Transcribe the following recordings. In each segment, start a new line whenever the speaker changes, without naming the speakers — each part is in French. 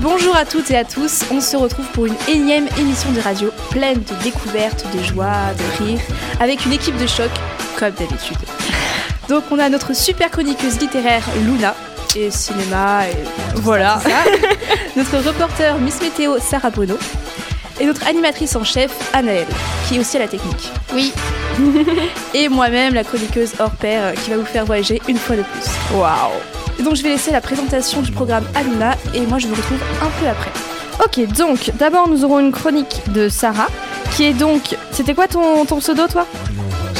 Bonjour à toutes et à tous, on se retrouve pour une énième émission de radio pleine de découvertes, de joie, de rire, avec une équipe de choc, comme d'habitude. Donc on a notre super chroniqueuse littéraire Luna, et cinéma, et voilà. notre reporter Miss Météo Sarah Bono, et notre animatrice en chef Anaël, qui est aussi à la technique.
Oui.
et moi-même, la chroniqueuse hors pair, euh, qui va vous faire voyager une fois de plus. Waouh Donc je vais laisser la présentation du programme à Luna, et moi je vous retrouve un peu après.
Ok, donc d'abord nous aurons une chronique de Sarah, qui est donc... C'était quoi ton, ton pseudo toi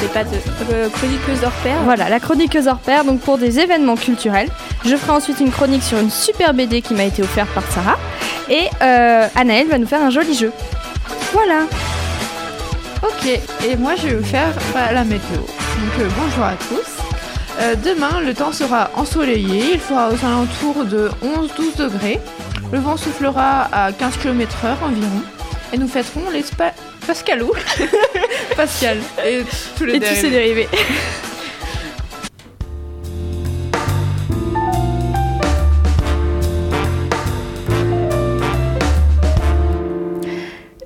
J'ai pas de euh, chroniqueuse hors pair.
Voilà, la chroniqueuse hors pair, donc pour des événements culturels. Je ferai ensuite une chronique sur une super BD qui m'a été offerte par Sarah. Et euh, Anaël va nous faire un joli jeu. Voilà.
Ok, et moi je vais vous faire bah, la météo. Donc euh, bonjour à tous. Euh, demain, le temps sera ensoleillé, il fera aux alentours de 11-12 degrés. Le vent soufflera à 15 km/h environ. Et nous fêterons les spa- Pascalou. Pascal. Et tous les
Et tous ces dérivés.
dérivés.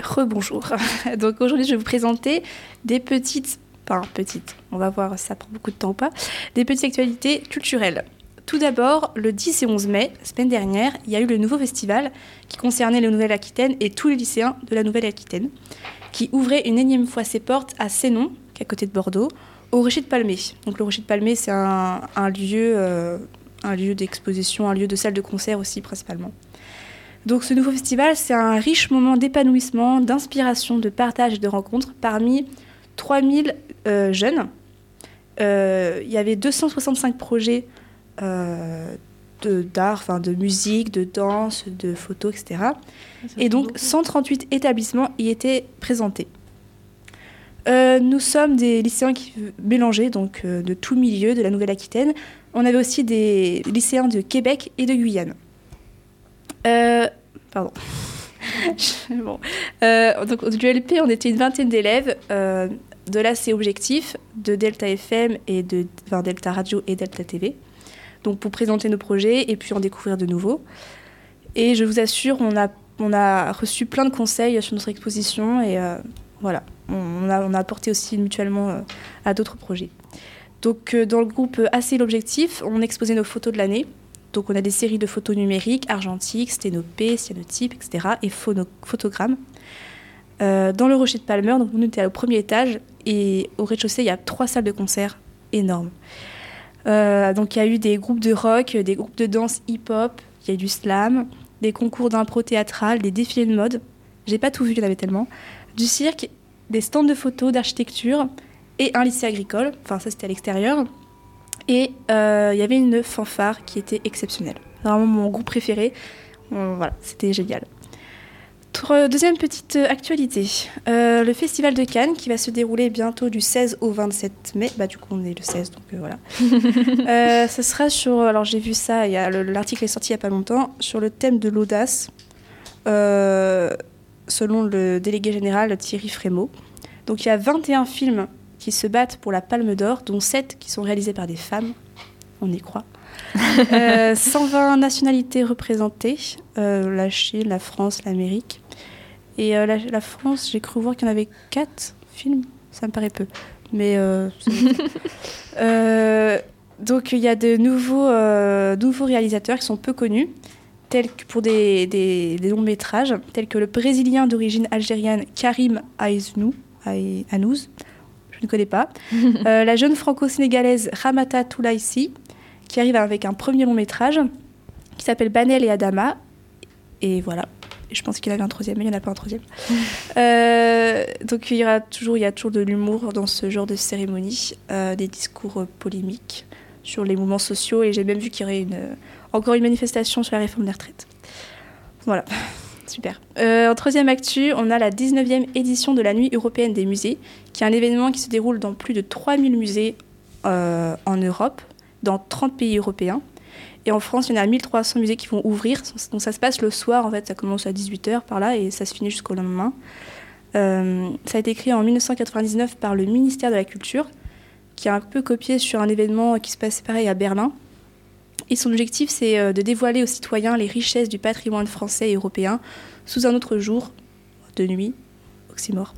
Rebonjour. Donc aujourd'hui, je vais vous présenter des petites, enfin petites, on va voir si ça prend beaucoup de temps ou pas, des petites actualités culturelles. Tout d'abord, le 10 et 11 mai, semaine dernière, il y a eu le nouveau festival qui concernait la Nouvelle-Aquitaine et tous les lycéens de la Nouvelle-Aquitaine, qui ouvrait une énième fois ses portes à Sénon, qui est à côté de Bordeaux, au Rocher de Palmé. Donc le Rocher de Palmé, c'est un, un lieu, euh, un lieu d'exposition, un lieu de salle de concert aussi principalement. Donc ce nouveau festival, c'est un riche moment d'épanouissement, d'inspiration, de partage et de rencontre parmi 3000 euh, jeunes. Euh, Il y avait 265 projets euh, de- d'art, enfin de musique, de danse, de photos, etc. Et donc 138 établissements y étaient présentés. Euh, nous sommes des lycéens qui, mélangés, donc euh, de tout milieu, de la Nouvelle-Aquitaine. On avait aussi des lycéens de Québec et de Guyane. Euh, pardon. Bon. Euh, donc, du LP, on était une vingtaine d'élèves. euh, de là, c'est objectif, de Delta FM et de enfin, Delta Radio et Delta TV. Donc, pour présenter nos projets et puis en découvrir de nouveaux. Et je vous assure, on a, on a reçu plein de conseils sur notre exposition et euh, voilà, on, on a, on a apporté aussi mutuellement euh, à d'autres projets. Donc euh, dans le groupe euh, Assez l'objectif, on exposait nos photos de l'année. Donc on a des séries de photos numériques, argentiques, sténopées, cyanotypes, etc. et phono- photogrammes. Euh, dans le Rocher de Palmer, donc nous on était au premier étage et au rez-de-chaussée il y a trois salles de concert énormes. Euh, donc il y a eu des groupes de rock, des groupes de danse hip-hop, il y a eu du slam, des concours d'impro théâtral, des défilés de mode. J'ai pas tout vu, il y en avait tellement. Du cirque, des stands de photos, d'architecture et un lycée agricole. Enfin, ça c'était à l'extérieur. Et euh, il y avait une fanfare qui était exceptionnelle. Vraiment mon groupe préféré. Hum, Voilà, c'était génial. Tro- Deuxième petite euh, actualité, Euh, le festival de Cannes qui va se dérouler bientôt du 16 au 27 mai. Bah du coup on est le 16 donc euh, voilà. Euh, ce sera sur. Alors, j'ai vu ça, il y a le- l'article est sorti il n'y a pas longtemps, sur le thème de l'audace, euh, selon le délégué général Thierry Frémaux. Donc, il y a 21 films qui se battent pour la Palme d'Or, dont 7 qui sont réalisés par des femmes. On y croit. Euh, 120 nationalités représentées euh, la Chine, la France, l'Amérique. Et euh, la, la France, j'ai cru voir qu'il y en avait 4 films. Ça me paraît peu. Mais. euh, c'est- Euh, donc il y a de nouveaux, euh, nouveaux réalisateurs qui sont peu connus, tels que pour des, des- des longs métrages, tels que le Brésilien d'origine algérienne Karim Aiznou, Ai- Anouz, je ne connais pas, Euh, la jeune franco-sénégalaise Ramata Toulaïsi, qui arrive avec un premier long métrage qui s'appelle Banel et Adama, et voilà. Je pense qu'il y en avait un troisième, mais il n'y en a pas un troisième. Euh, donc il y, aura toujours, il y a toujours de l'humour dans ce genre de cérémonie, euh, des discours euh, polémiques sur les mouvements sociaux et j'ai même vu qu'il y aurait une, euh, encore une manifestation sur la réforme des retraites. Voilà, super. Euh, en troisième actu, on a la 19e édition de la Nuit européenne des musées, qui est un événement qui se déroule dans plus de 3000 musées euh, en Europe, dans 30 pays européens. Et en France, il y en a 1300 musées qui vont ouvrir. Donc ça se passe le soir, en fait, ça commence à 18h par là et ça se finit jusqu'au lendemain. Euh, ça a été créé en 1999 par le ministère de la Culture, qui qui a un peu copié sur un événement qui se passait pareil à Berlin. Et son objectif, c'est euh, de dévoiler aux citoyens les richesses du patrimoine français et européen sous un autre jour, de nuit, oxymore.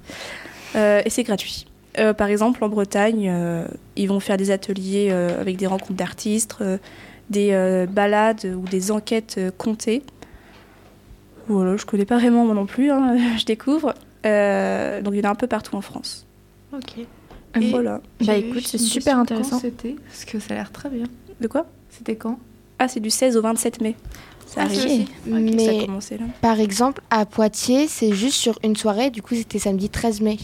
Euh, et c'est gratuit. Euh, par exemple, en Bretagne, euh, ils vont faire des ateliers euh, avec des rencontres d'artistes, euh, des euh, balades ou des enquêtes euh, comptées. Voilà, je connais pas vraiment moi non plus, hein, je découvre. Euh, donc il y en a un peu partout en France.
Ok.
Et-
Voilà.
Bah écoute, c'est super intéressant.
C'était parce que ça a l'air très bien.
De quoi
C'était quand
Ah, c'est du 16 au 27 mai. Ça
Ah,
arrive.
c'est-
Ok, Ça a
Mais
commencé là.
par exemple, à Poitiers, c'est juste sur une soirée. Du coup, c'était samedi 13 mai.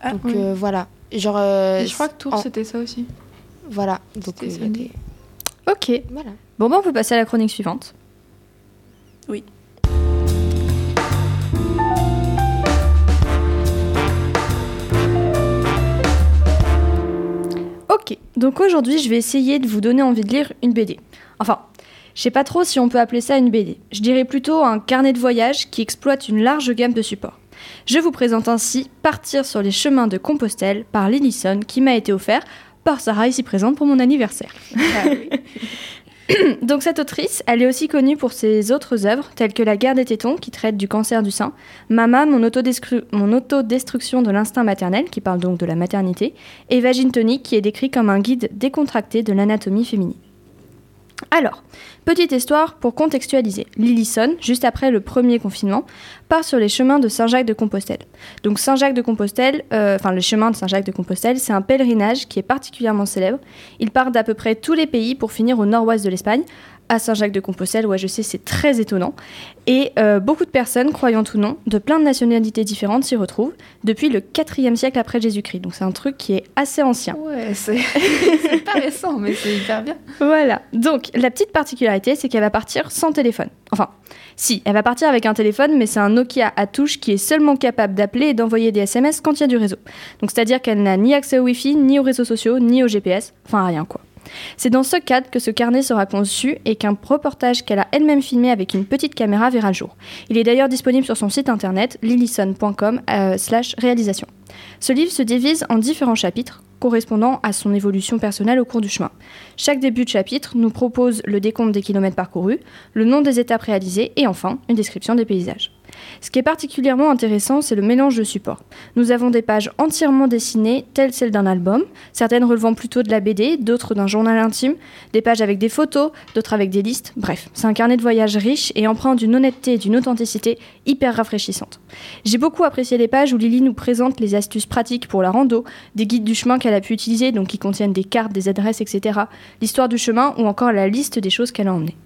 Ah,
Donc
oui.
euh, voilà. Genre. euh,
Et Je crois que Tours,
en-
c'était ça aussi.
Voilà. Donc,
c'était
euh,
samedi.
Ok.
Voilà.
Bon, bah, on peut passer à la chronique suivante.
Oui.
Ok, donc aujourd'hui, je vais essayer de vous donner envie de lire une BD. Enfin, je sais pas trop si on peut appeler ça une BD. Je dirais plutôt un carnet de voyage qui exploite une large gamme de supports. Je vous présente ainsi Partir sur les chemins de Compostelle par Lillison qui m'a été offert par Sarah ici présente pour mon anniversaire. Donc cette autrice, elle est aussi connue pour ses autres œuvres, telles que La guerre des tétons, qui traite du cancer du sein, Mama, mon, autodestru- mon autodestruction de l'instinct maternel, qui parle donc de la maternité, et Vagine tonique, qui est décrit comme un guide décontracté de l'anatomie féminine. Alors, petite histoire pour contextualiser. Lillison, juste après le premier confinement, part sur les chemins de Saint-Jacques-de-Compostelle. Donc Saint-Jacques-de-Compostelle, euh, enfin le chemin de Saint-Jacques-de-Compostelle, c'est un pèlerinage qui est particulièrement célèbre. Il part d'à peu près tous les pays pour finir au nord-ouest de l'Espagne, à Saint-Jacques-de-Compostelle, ouais je sais c'est très étonnant. Et euh, beaucoup de personnes, croyantes ou non, de plein de nationalités différentes s'y retrouvent depuis le 4e siècle après Jésus-Christ. Donc c'est un truc qui est assez ancien.
Ouais, c'est c'est pas récent, mais c'est hyper bien.
Voilà. Donc, la petite particularité, c'est qu'elle va partir sans téléphone. Enfin, si, elle va partir avec un téléphone, mais c'est un Nokia à touche qui est seulement capable d'appeler et d'envoyer des SMS quand il y a du réseau. Donc, c'est-à-dire qu'elle n'a ni accès au Wi-Fi, ni aux réseaux sociaux, ni au GPS, enfin rien quoi. C'est dans ce cadre que ce carnet sera conçu et qu'un reportage qu'elle a elle-même filmé avec une petite caméra verra le jour. Il est d'ailleurs disponible sur son site internet lillison.com euh, slash réalisation. Ce livre se divise en différents chapitres correspondant à son évolution personnelle au cours du chemin. Chaque début de chapitre nous propose le décompte des kilomètres parcourus, le nom des étapes réalisées et enfin une description des paysages. Ce qui est particulièrement intéressant, c'est le mélange de supports. Nous avons des pages entièrement dessinées, telles celles d'un album, certaines relevant plutôt de la BD, d'autres d'un journal intime, des pages avec des photos, d'autres avec des listes, bref, c'est un carnet de voyage riche et empreint d'une honnêteté et d'une authenticité hyper rafraîchissante. J'ai beaucoup apprécié les pages où Lily nous présente les astuces pratiques pour la rando, des guides du chemin qu'elle a pu utiliser, donc qui contiennent des cartes, des adresses, etc., l'histoire du chemin ou encore la liste des choses qu'elle a emmenées.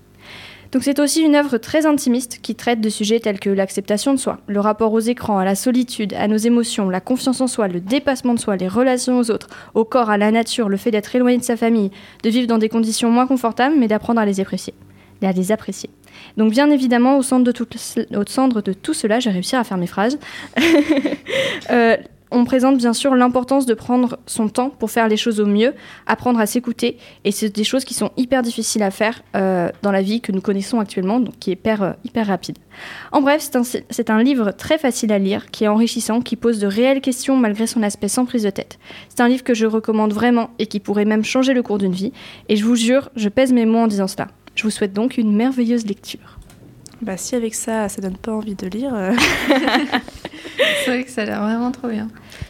Donc c'est aussi une œuvre très intimiste qui traite de sujets tels que l'acceptation de soi, le rapport aux écrans, à la solitude, à nos émotions, la confiance en soi, le dépassement de soi, les relations aux autres, au corps, à la nature, le fait d'être éloigné de sa famille, de vivre dans des conditions moins confortables mais d'apprendre à les apprécier. À les apprécier. Donc bien évidemment, au centre de tout, au centre de tout cela, j'ai réussi à faire mes phrases, Euh, on présente bien sûr l'importance de prendre son temps pour faire les choses au mieux, apprendre à s'écouter et c'est des choses qui sont hyper difficiles à faire euh, dans la vie que nous connaissons actuellement, donc qui est hyper, euh, hyper rapide. En bref, c'est un, c'est un livre très facile à lire, qui est enrichissant, qui pose de réelles questions malgré son aspect sans prise de tête. C'est un livre que je recommande vraiment et qui pourrait même changer le cours d'une vie. Et je vous jure, je pèse mes mots en disant cela. Je vous souhaite donc une merveilleuse lecture.
Bah, si avec ça, ça donne pas envie de lire. euh,
C'est vrai que ça a l'air vraiment trop bien.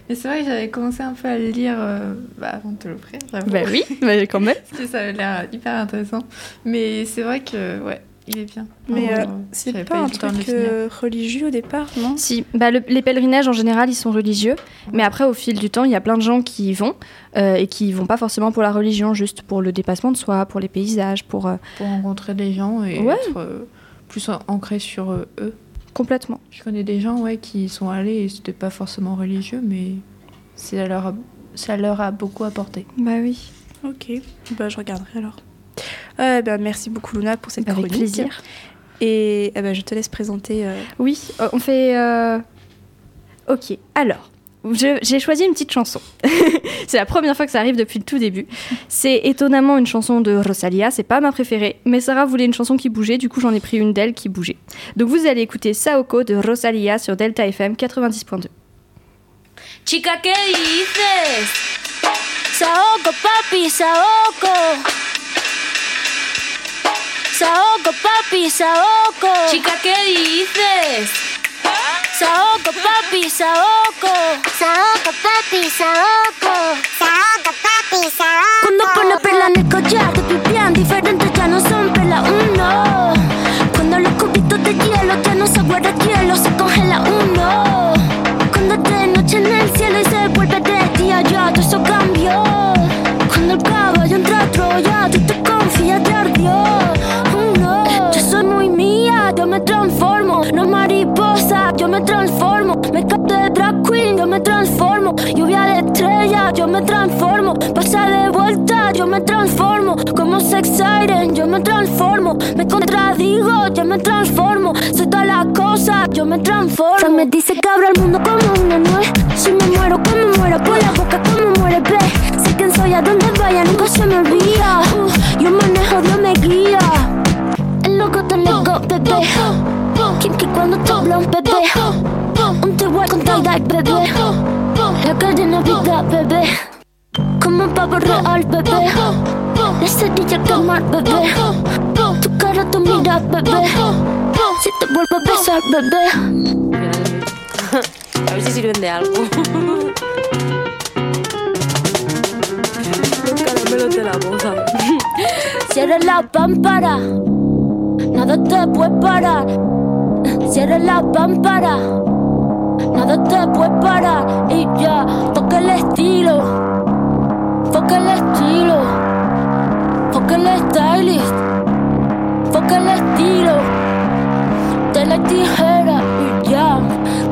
Mais c'est vrai que j'avais commencé un peu à le lire euh, bah, avant de te l'offrir, j'avoue.
Bah oui, mais quand même.
Parce que ça a l'air hyper intéressant. Mais c'est vrai que, ouais, il est bien.
Mais euh,
Vraiment, euh, j'avais
c'est
eu
pas un
le temps de le
truc
finir.
euh, religieux au départ, non
Si, bah, le- les pèlerinages en général, ils sont religieux, mais après, au fil du temps, il y a plein de gens qui y vont euh, et qui y vont pas forcément pour la religion, juste pour le dépassement de soi, pour les paysages, pour euh,
Pour rencontrer des gens et
Ouais.
être euh, plus en- ancré sur euh, eux.
complètement.
Je connais des gens ouais, qui y sont allés et c'était pas forcément religieux, mais c'est leur, ça leur a beaucoup apporté.
Bah oui,
Ok, bah, je regarderai alors. Euh, bah, merci beaucoup Luna pour cette
avec
chronique.
plaisir.
Et eh ben, je te laisse présenter. euh,
Oui, euh, on fait. euh, Ok, alors. je- J'ai choisi une petite chanson. c'est la première fois que ça arrive depuis le tout début. C'est étonnamment une chanson de Rosalia, c'est pas ma préférée, mais Sarah voulait une chanson qui bougeait, du coup j'en ai pris une d'elle qui bougeait. Donc vous allez écouter Saoko de Rosalia sur Delta FM 90.2.
Chica, ¿qué dices? Saoco, papi, saoco. Saoco, papi, saoco.
Chica, ¿qué dices?
Saoco, papi, saoco.
Saoco, papi, saoco. Saoco, papi, saoco.
Cuando pone perla en el collar, te pipian diferentes, ya no son perla uno. Cuando los cubitos de hielo ya no se guarda hielo, se congela uno. Cuando te noche en el cielo y se vuelve de día, ya todo eso cambió. Cuando el caballo entra a Troya, tú te confías, te ardió. Uno. Yo soy muy mía, yo me transformo. No mariposa, yo me transformo. Me capto de drag queen, yo me transformo. Lluvia de estrella, yo me transformo. Pasa de vuelta, yo me transformo. Como sex siren, yo me transformo. Me contradigo, yo me transformo. Soy todas las cosas, yo me transformo. Se me dice que abro el mundo como una nuez. Si me muero, como muero, por la boca, como muere, ve. Sé quién soy, a dónde vaya, nunca se me olvida. Uh, yo manejo, Dios me guía. El loco te loco, bebé. Kim que cuando te habla un bebé. Un te voy con like, bebé. La cadena vida, bebé. Como un pavo real, bebé. La cerilla calmar, bebé. Tu cara, tu mira, bebé. Si te vuelvo a besar, bebé.
A ver si sirven de algo. Los caramelos de la boca.
Cierra la pámpara. Nada te puede parar. Cierra la pámpara. Nada te puede parar. Y ya, toca el estilo. Foca el estilo. Foca el stylist. Foca el estilo. De la tijera. Y ya,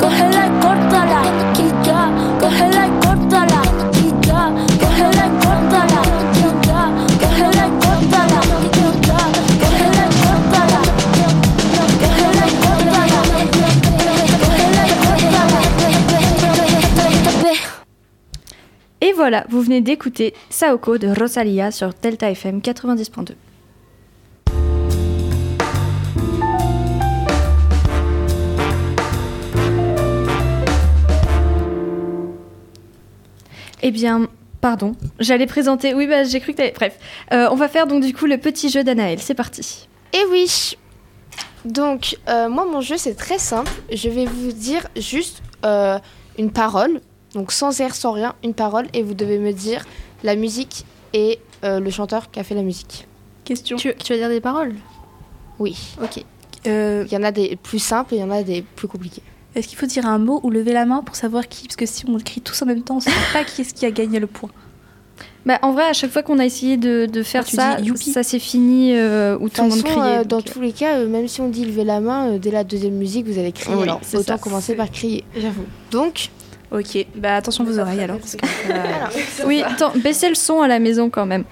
cógela y córtala. Y ya, cógela y córtala. Y ya, cógela y córtala. Y ya, cógela y córtala. Y ya, cógela y córtala. Cógela y córtala. Cógela y córtala.
Et voilà, vous venez d'écouter Saoko de Rosalia sur Delta FM 90.2. Eh bien, pardon, j'allais présenter. Oui, bah, j'ai cru que t'avais. Bref, Euh, on va faire donc du coup le petit jeu d'Anaël. C'est parti.
Et Eh oui Donc, euh, moi, mon jeu, c'est très simple. Je vais vous dire juste euh, une parole, donc sans air, sans rien, une parole, et vous devez me dire la musique et euh, le chanteur qui a fait la musique.
Question.
Tu, tu vas dire des paroles
Oui.
Ok.
Euh,
Il y en a des plus simples et il y en a des plus compliqués.
Est-ce qu'il faut dire un mot ou lever la main pour savoir qui Parce que si on le crie tous en même temps, on ne sait pas qui est-ce qui a gagné le point.
Bah, en vrai, à chaque fois qu'on a essayé de, de faire
Ah, tu
ça,
dis youpi.
ça s'est fini euh, où
De
tout le
toute
monde
façon,
criait.
euh, dans
donc, euh,
tous les cas, euh, même si on dit lever la main, euh, dès la deuxième musique, vous allez crier.
Oui,
Alors,
c'est ça,
autant commencer
c'est-
par crier.
J'avoue.
Donc,
Ok, bah attention vos oreilles alors. parce que ça va-
voilà.
Oui, attends, baissez le son à la maison quand même.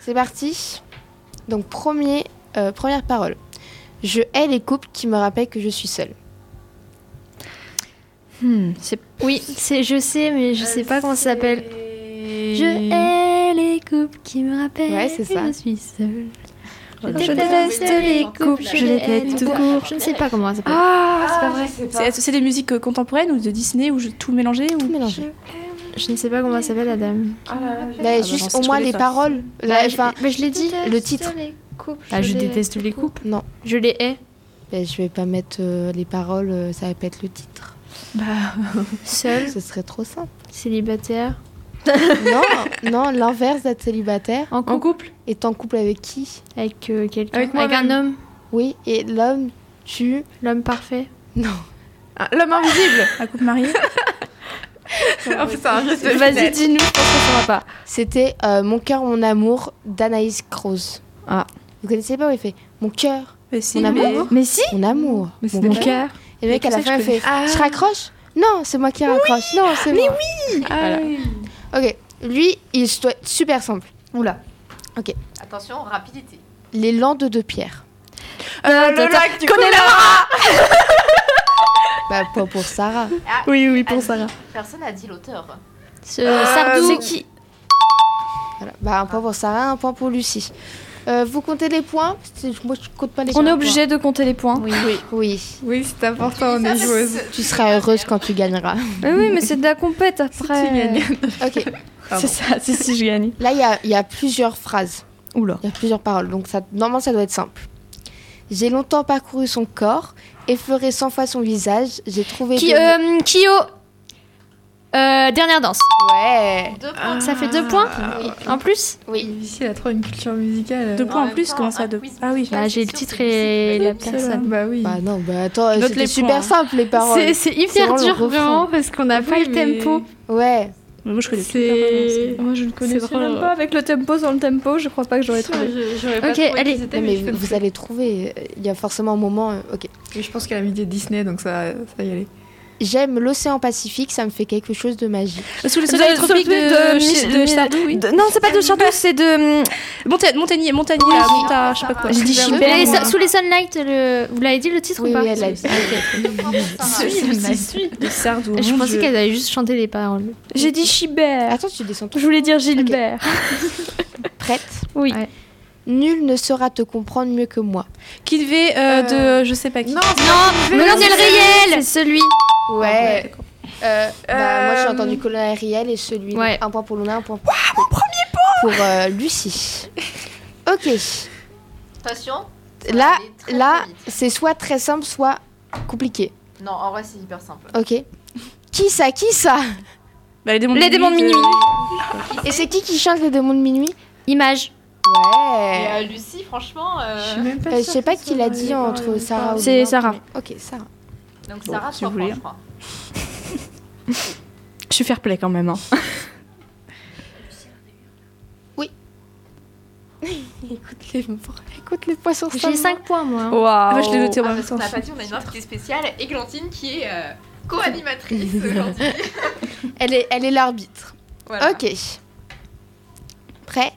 C'est parti. Donc, premier, euh, première parole. Je hais les couples qui me rappellent que je suis seule.
Hmm, c'est
Oui, c'est, je sais, mais je sais pas comment ça s'appelle. Je hais les couples qui me rappellent
Ouais, c'est ça.
que je suis seule. Je
Je
déteste les couples, je les hais tout court. Je ne sais pas comment ça s'appelle.
ah, c'est pas vrai.
C'est c'est des musiques euh, contemporaines ou de Disney ou je- tout mélangé ou...
Tout mélangé.
Je ne sais pas comment ça s'appelle la dame.
Mais
bah non,
juste
si
au
tu
moins
connais
les
ça. Bah,
paroles. La- enfin,
Mais je l'ai dit.
le titre.
Ah, je déteste les couples.
Non.
Je les hais.
Ben, je vais pas mettre euh, les paroles, euh, ça va pas être le titre.
Euh.
Seule,
Ce serait trop simple.
célibataire,
non, non, l'inverse d'être célibataire.
en couple,
Est en couple avec qui
avec euh, quelqu'un,
Avec
avec, un homme,
Oui, et l'homme tue.
l'homme parfait.
Non.
Ah, L'homme invisible
Un couple marié
Oh, putain, je sais.
Vas-y, dis-nous, parce qu'on saura pas.
C'était euh, Mon cœur, mon amour d'Anaïs Krause.
Ah.
Vous connaissez pas où il fait Mon cœur,
Mais si,
mon
mais...
amour,
Mais si
mon amour. mon
Mon
cœur.
cœur.
Et le mec,
Mais
à la
comme ça,
fin,
je
il fait
connais.
Je raccroche Non, c'est moi qui raccroche. Non, c'est moi.
Voilà.
Ok, lui, il doit être super simple.
Oula.
Ok.
Attention, rapidité.
Les landes de pierre.
Euh, le
attends,
lac du
connais
Colorado.
Bah, pas pour Sarah.
Oui, oui,
Ah,
pour Sarah.
Personne n'a dit l'auteur.
Ce Euh, Sardou.
Voilà. Bah, un point pour Sarah, un point pour Lucie. Euh, vous comptez les points C'est- Moi, je compte pas les
On est
points.
obligé de compter les points.
Oui. oui. Oui.
Oui, c'est important, on est joueuse.
Tu seras heureuse quand tu gagneras.
Mais
Ah
oui, mais c'est de la compète après.
ok.
C'est ça, c'est si je gagne.
Là, il y a- il y, a plusieurs phrases.
Oula.
Il y a plusieurs paroles. Donc, ça, normalement, ça doit être simple. J'ai longtemps parcouru son corps, effleuré 100 fois son visage. J'ai trouvé.
Qui,
des-
euh, Kyo. Euh, dernière danse.
Ouais. Ah.
Deux points.
Ça fait
Ah.
deux points en plus.
Oui.
Ici, elle a trop une culture musicale. euh,
Deux
En
points en
même
plus,
temps,
comment ça
un
deux
quiz
Ah oui,
musical.
Bah, j'ai le
c'est
titre
sûr que
et la
Seule.
personne.
Bah oui.
Bah non, bah attends,
Note
c'était
les
super
points.
simple les paroles.
C'est c'est hyper
vraiment le
dur
refrain.
vraiment parce qu'on n'a pas
Oui,
le
mais-
tempo.
Ouais.
Mais moi je connais tout
C'est. Moi, je le
C'est
connais
même pas avec le tempo sans le tempo, je crois pas que j'aurais trouvé.
pas trouvé
Ok,
qui
allez.
Non, mais vous, vous allez trouver. euh, Il y a forcément un moment. euh, Ok.
Je pense qu'elle a mis des Disney, donc ça, ça va y aller.
J'aime l'océan Pacifique, ça me fait quelque chose de magique.
Sous le soleil
soleil tropique
tropique
de-
de,
de-
de, Sardou, oui.
De- non, c'est pas de Chardou, c'est de. hum,
Monta- Montagnier, Montagnier, là, Monta- je sais pas quoi. Ah,
J'ai dit
Chardou.
Les-
Chibert. moi.
so- sous les sunlight, le- vous l'avez dit le titre
Oui,
ou pas
oui, elle a dit.
Ah,
De
Ah,
Sardou.
Je
mon
pensais
Dieu.
qu'elle allait juste chanter les paroles.
J'ai dit Chibert.
Attends, tu descends tout.
Je voulais dire Gilbert.
Prête
Oui.
Ouais.
Nul ne saura te comprendre mieux que moi.
Qu'il devait euh, de je sais pas qui.
Non,
Non, mais non, c'est le réel C'est celui.
Ouais. Euh, bah, moi j'ai entendu Colin Riel et celui.
Ouais.
donc Un point pour Luna, un point pour. mon premier point Pour euh, Lucie. Ok.
Attention. ça va
Là,
aller très, très
là
vite.
c'est soit très simple, soit compliqué.
Non, en vrai, c'est hyper simple.
Ok. Qui ça Qui ça
Bah, les démons,
Les démons de minuit.
Et c'est qui qui chante les démons de minuit
Image.
Et
Ouais.
euh, Lucie, franchement. euh,
Je suis même pas
Euh, je
sûre
sais pas
que
qui
ça
l'a
va
dit
aller
entre
parler.
Sarah ou
C'est
Luna,
Sarah.
mais- Ok, Sarah.
Donc, Sarah,
si
trois
vous
points,
voulez.
je crois.
Je suis fair play quand même. hein.
Écoute les, écoute les poissons.
J'ai 5 points moi. hein.
Moi je l'ai noté en
Ah,
même
parce
temps.
qu'on n'a pas dit, on a une invitée spéciale, Églantine, qui est euh, co-animatrice aujourd'hui.
Elle est, elle est l'arbitre.
Voilà.
Ok. Prêt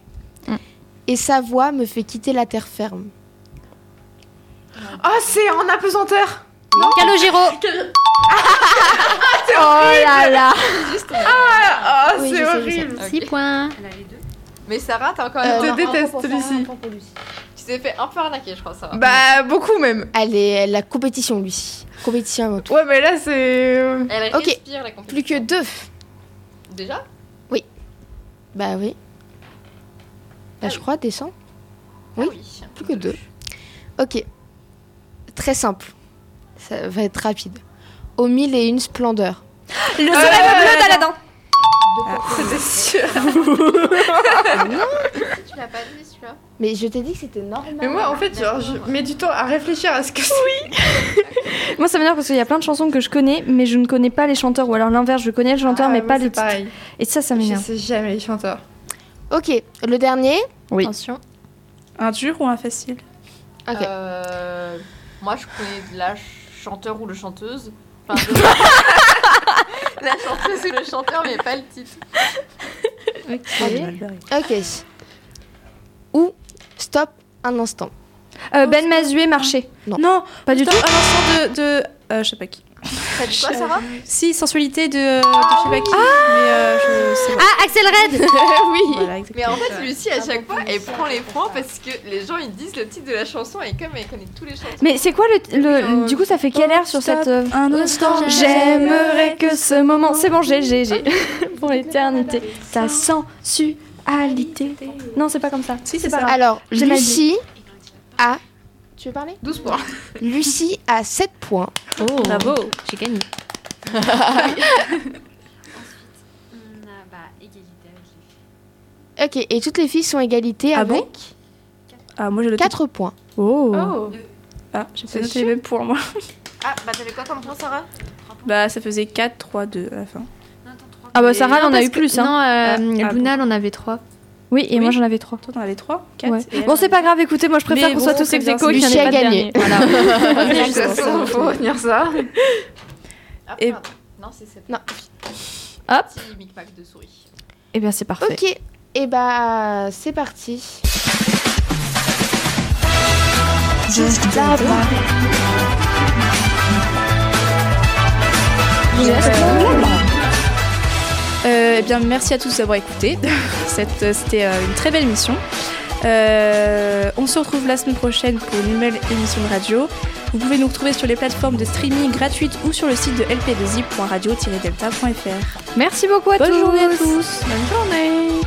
Mm.
Et sa voix me fait quitter la terre ferme.
Oh, c'est en apesanteur
Calogero.
Oh là là.
Ah,
Oui,
c'est
je sais, je
horrible
6 points.
Elle a les deux. Mais Sarah, t'as encore
Euh,
Je
un-
te
un-
déteste, Lucie.
Tu t'es fait un peu arnaquer, je crois, Sarah.
Bah, beaucoup même.
Elle est la compétition, Lucie. Compétition avant tout.
Ouais, mais là, c'est. euh,
Elle
Ok.
respire la
Plus
compétition.
que deux.
Déjà
Bah oui. Bah
Ah
je
oui.
crois, descends.
Ah
Oui.
oui.
Plus que deux. Ok. Très simple. Ça va être rapide. Aux mille et une splendeurs.
Le soleil bleu d'Aladin.
C'était sûr.
Tu l'as pas dit, celui-là
Mais je t'ai dit que c'était normal.
Mais moi, en fait, genre, je mets du temps à réfléchir à ce que c'est.
Moi, ça m'énerve parce qu'il y a plein de chansons que je connais, mais je ne connais pas les chanteurs. Ou alors l'inverse, je connais le chanteur,
Ah,
mais
moi,
pas
c'est
le titre.
pareil.
Et ça, ça
Je
m'énerve.
sais jamais les chanteurs.
Ok, le dernier.
Oui.
Attention.
Un dur ou un facile
Ok.
Euh, moi, je connais de la ch- chanteur ou le chanteuse. Enfin, de- la chanteuse ou le chanteur, mais pas le titre.
Ah,
Ok. Ou stop un instant.
Euh, ben Mazué, marché.
Non,
Pas du
plutôt
tout.
un instant de. de euh, je sais pas qui.
T'as dit quoi, Sarah
Si, sensualité de, de je sais pas qui. Mais euh, je sais pas.
Ah, Axel Red.
Voilà,
Mais
exactement.
en fait, Lucie, à chaque fois, elle prend les points parce que les gens ils disent le titre de la chanson et comme elle connaît tous les chanteurs.
Mais c'est quoi le, le- Du coup, ça fait quelle air sur
Stop.
cette. œuvre
Un instant,
J'aimerais que ce moment. C'est bon, j'ai, j'ai, j'ai. Pour l'éternité. Ta sensualité. Non, c'est pas comme ça.
Si,
c'est
c'est
pas
ça.
grave.
Alors,
j'ai mal
Lucie a. Tu veux parler
12 points.
Lucie a 7 points.
Bravo.
Oh. J'ai gagné.
Ok, et toutes bah, les filles sont égalité
Ah
avec
bon Ah, moi j'ai le titre.
4 points.
Oh.
Ah, j'ai
C'est
pas noté les mêmes pour moi.
Ah, bah t'avais quoi comme point, Sarah
Bah, ça faisait 4, 3, 2 à la fin.
Ah bah, Sarah, on a eu plus. Hein.
Non, euh,
Ah, ah
Luna, elle en avait 3.
Oui, et moi, j'en avais trois.
Toi, t'en avais 3, 4.
Ouais. Bon, c'est pas grave, écoutez, moi je préfère
Mais
qu'on soit
bon,
tous ex
c'est
aequo et qu'il n'y en
Lucie
ait
a
pas de dernier.
gagné.
Voilà.
De toute façon, faut retenir ça.
Ah,
Et-
pardon. Non, c'est 7
Non.
Hop.
Petit micmac de souris.
Et Eh bien, c'est parfait.
Ok, et bah c'est parti.
Euh, eh bien, merci à tous d'avoir écouté. Cette- euh, C'était euh, une très belle mission. Euh, on se retrouve la semaine prochaine pour une nouvelle émission de radio. Vous pouvez nous retrouver sur les plateformes de streaming gratuites ou sur le site de lp2i.radio-delta.fr.
Merci beaucoup à
Bonne
tous.
journée à tous
Bonne journée